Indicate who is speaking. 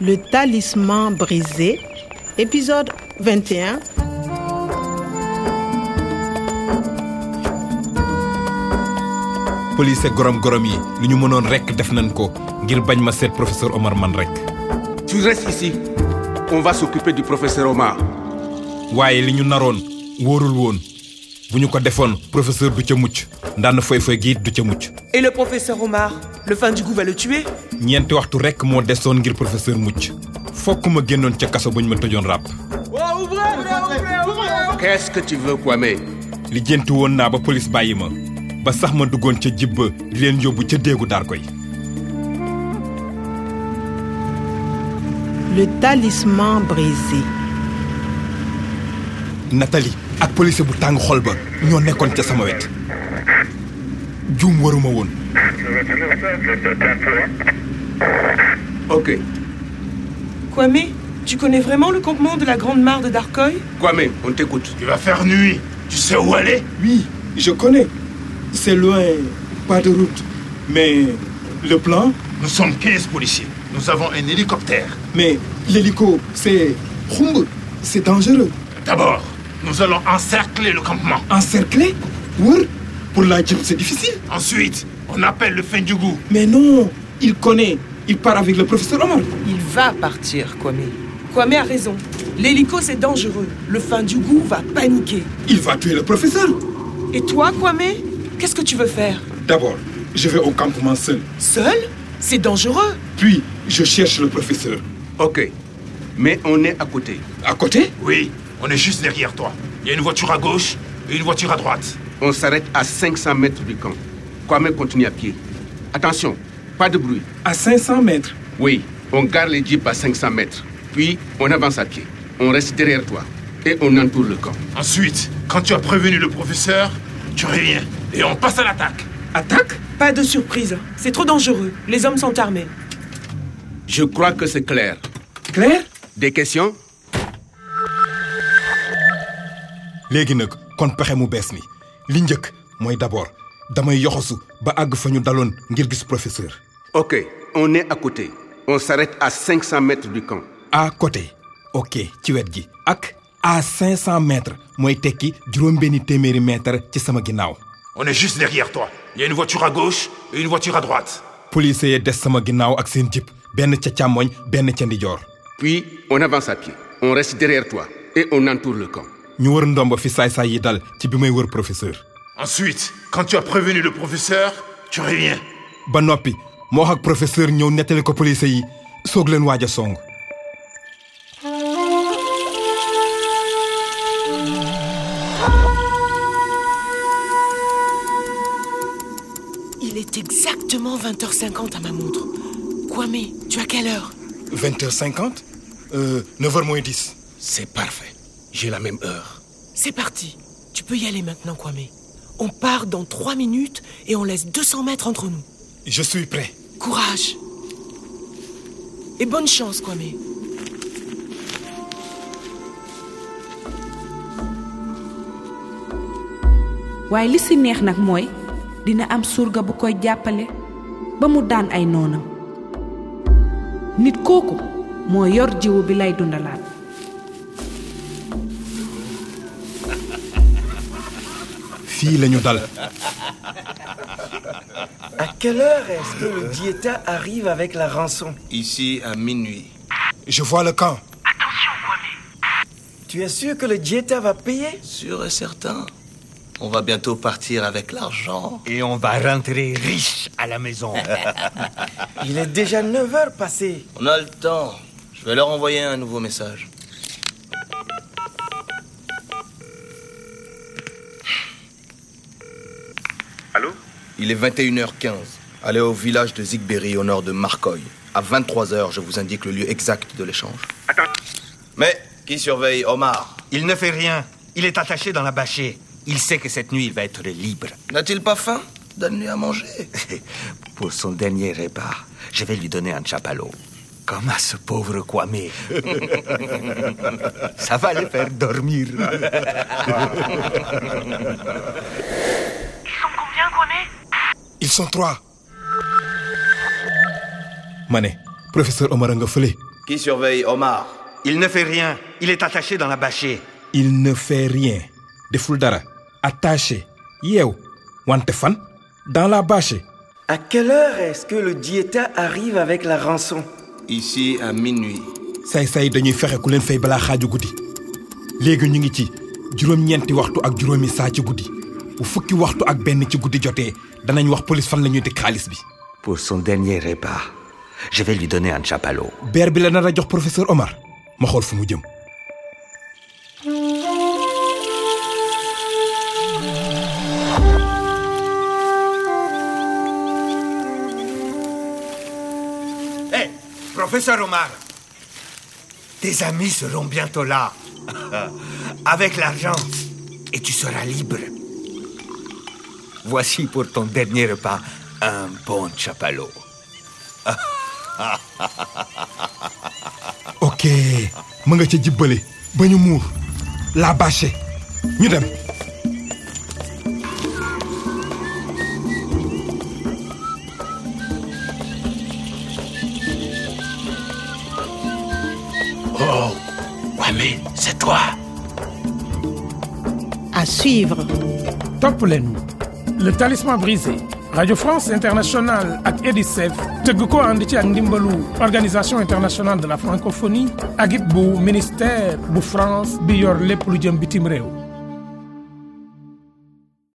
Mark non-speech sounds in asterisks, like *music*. Speaker 1: Le talisman brisé, épisode 21.
Speaker 2: police gorom gorom yi lu ñu mënoon rekk def nañ ko ngir bañ ma seet professeur Omar man rekk
Speaker 3: Tu restes ici. On va s'occuper du professeur Omar.
Speaker 2: waaye li ñu naroon wóorul woon bu ñu ko defoon professeur du ca mucc ndànn foy foy giit du ca mucc
Speaker 4: Et le professeur Omar Le fin du goût va le tuer
Speaker 2: ñeenti waxtu rekk moo desoon ngir professeur mucc fokk ma génnoon ca kaso ba ñu ma tëjoon ràpp
Speaker 3: Qu'est-ce que tu veux, Kwame
Speaker 2: li jéntu woon naa ba police bàyyi ma ba sax ma duggoon ca jibba di leen yóbbu ca déegu daar koy
Speaker 1: Le talisman brisé.
Speaker 2: Nathalie ak policier bu tàng xol ba ñoo nekkoon ca sama wet juum waruma woon
Speaker 3: Ok.
Speaker 4: Kwame, tu connais vraiment le campement de la Grande Mare de Darkoy
Speaker 3: Kwame, on t'écoute.
Speaker 5: Il va faire nuit. Tu sais où aller
Speaker 6: Oui, je connais. C'est loin, pas de route. Mais le plan
Speaker 5: Nous sommes 15 policiers. Nous avons un hélicoptère.
Speaker 6: Mais l'hélico, c'est. Humble, c'est dangereux.
Speaker 5: D'abord, nous allons encercler le campement.
Speaker 6: Encerclé Our Pour la Jeep, c'est difficile.
Speaker 5: Ensuite, on appelle le fin du goût.
Speaker 6: Mais non, il connaît. Il part avec le professeur Omar.
Speaker 4: Il va partir, Kwame. Kwame a raison. L'hélico, c'est dangereux. Le fin du goût va paniquer.
Speaker 6: Il va tuer le professeur.
Speaker 4: Et toi, Kwame Qu'est-ce que tu veux faire
Speaker 6: D'abord, je vais au campement seul.
Speaker 4: Seul C'est dangereux.
Speaker 6: Puis, je cherche le professeur.
Speaker 3: Ok. Mais on est à côté.
Speaker 6: À côté
Speaker 5: Oui, on est juste derrière toi. Il y a une voiture à gauche et une voiture à droite.
Speaker 3: On s'arrête à 500 mètres du camp. Kwame continue à pied. Attention, pas de bruit.
Speaker 6: À 500 mètres.
Speaker 3: Oui, on garde les jeeps à 500 mètres. Puis, on avance à pied. On reste derrière toi. Et on entoure le camp.
Speaker 5: Ensuite, quand tu as prévenu le professeur, tu reviens et on passe à l'attaque.
Speaker 6: Attaque
Speaker 4: Pas de surprise. C'est trop dangereux. Les hommes sont armés.
Speaker 3: Je crois que c'est clair.
Speaker 6: Claire
Speaker 3: Des questions
Speaker 2: léegi nag kon pexe mu bees mi li njëkk mooy d'abord damay yoxosu ba àgg fa ñu daloon ngir gis professeur
Speaker 3: Ok, on est à côté. On s'arrête à 500 mètres du camp.
Speaker 2: à côté ok ci wet gi ak à 500 mètres mooy tekki juróom-benni téeméeri mètre ci sama ginnaaw
Speaker 5: On est juste derrière toi. Il y a une voiture à gauche et une voiture à droite.
Speaker 2: police yi des sama ginnaaw ak seen jip benn ca càmmoñ benn ca ndijoor
Speaker 3: Puis, on avance à pied. On reste derrière toi. Et on entoure le camp.
Speaker 2: ñu wër ndomba fi saay-saay yi dal ci bi may wër professeur
Speaker 5: Ensuite, quand tu as prévenu le professeur, tu reviens.
Speaker 2: ba noppi moo wax ak professeur ñëw nettali ko police yi soog leen waaj a song
Speaker 4: Il est exactement 20h50 à ma montre. Kwame, tu as quelle heure
Speaker 6: 20h50 euh, 9h moins 10.
Speaker 3: C'est parfait. J'ai la même heure.
Speaker 4: C'est parti. Tu peux y aller maintenant, Kwame. On part dans 3 minutes et on laisse 200 mètres entre nous.
Speaker 6: Je suis prêt.
Speaker 4: Courage. Et bonne chance, Kwame.
Speaker 7: waaye li si neex nag mooy dina am surga bu koy jàppale ba mu daan ay noonam nit kooku moo yor jiwu bi lay dundalaat
Speaker 2: fii la ñu dal
Speaker 8: À quelle heure est-ce que le diéta arrive avec la rançon
Speaker 3: Ici à minuit.
Speaker 2: je vois le camp
Speaker 8: Tu es sûr que le diéta va payer
Speaker 9: Sûr et certain. On va bientôt partir avec l'argent. Et on va rentrer riche à la maison.
Speaker 8: Il est déjà 9 heures passées.
Speaker 9: on a le temps. Je vais leur envoyer un nouveau message.
Speaker 10: Allô
Speaker 9: Il est 21h15. Allez au village de Zigberry au nord de Marcoy. À 23h, je vous indique le lieu exact de l'échange.
Speaker 10: Attends.
Speaker 9: Mais qui surveille Omar
Speaker 11: Il ne fait rien. Il est attaché dans la bâchée. Il sait que cette nuit, il va être libre.
Speaker 9: N'a-t-il pas faim Donne-lui à manger.
Speaker 11: *laughs* Pour son dernier repas, je vais lui donner un chapalot. Comme à ce pauvre Kwame. Ça va le faire dormir.
Speaker 2: ils sont trois ma ne professeur Omar a nga fële
Speaker 12: Qui surveille Omar
Speaker 9: Il ne fait rien. Il est attaché dans la bâchée.
Speaker 2: il ne fait rien deful dara attaché yeew wante fan dans la bâche
Speaker 13: À quelle heure est-ce que le diéta arrive avec la rançon
Speaker 12: Ici à minuit.
Speaker 2: say say dañuy fexe ku leen fay balaa xaaju guddi léegi ñu ngi ci juróom-ñeenti waxtu ak juróomi saa ci guddi bu fukki waxtu ak benn ci guddi jotee danañ wax police fan la ñuy teg xaalis bi
Speaker 9: Pour son dernier repas, je vais lui donner un chapalot.
Speaker 2: beer bi la nar a jox professeur Omar ma xool fu mu jëm
Speaker 9: Hé, professeur Omar, tes amis seront bientôt là. Avec l'argent, et tu seras libre. Voici pour ton dernier repas un bon chapalot.
Speaker 2: ok ma nga ca jibbale ba ñu muur la bâche ñu dem
Speaker 14: Oh, Kwame, c'est toi
Speaker 1: À suivre.
Speaker 4: topp leen le talisman brisé radio france internationale ak edicef tëgg ko ànd ci ak ndimbalu organisation internationale de la francophonie ak it bu ministère bu france bi yor lépp lu jëm bitim réew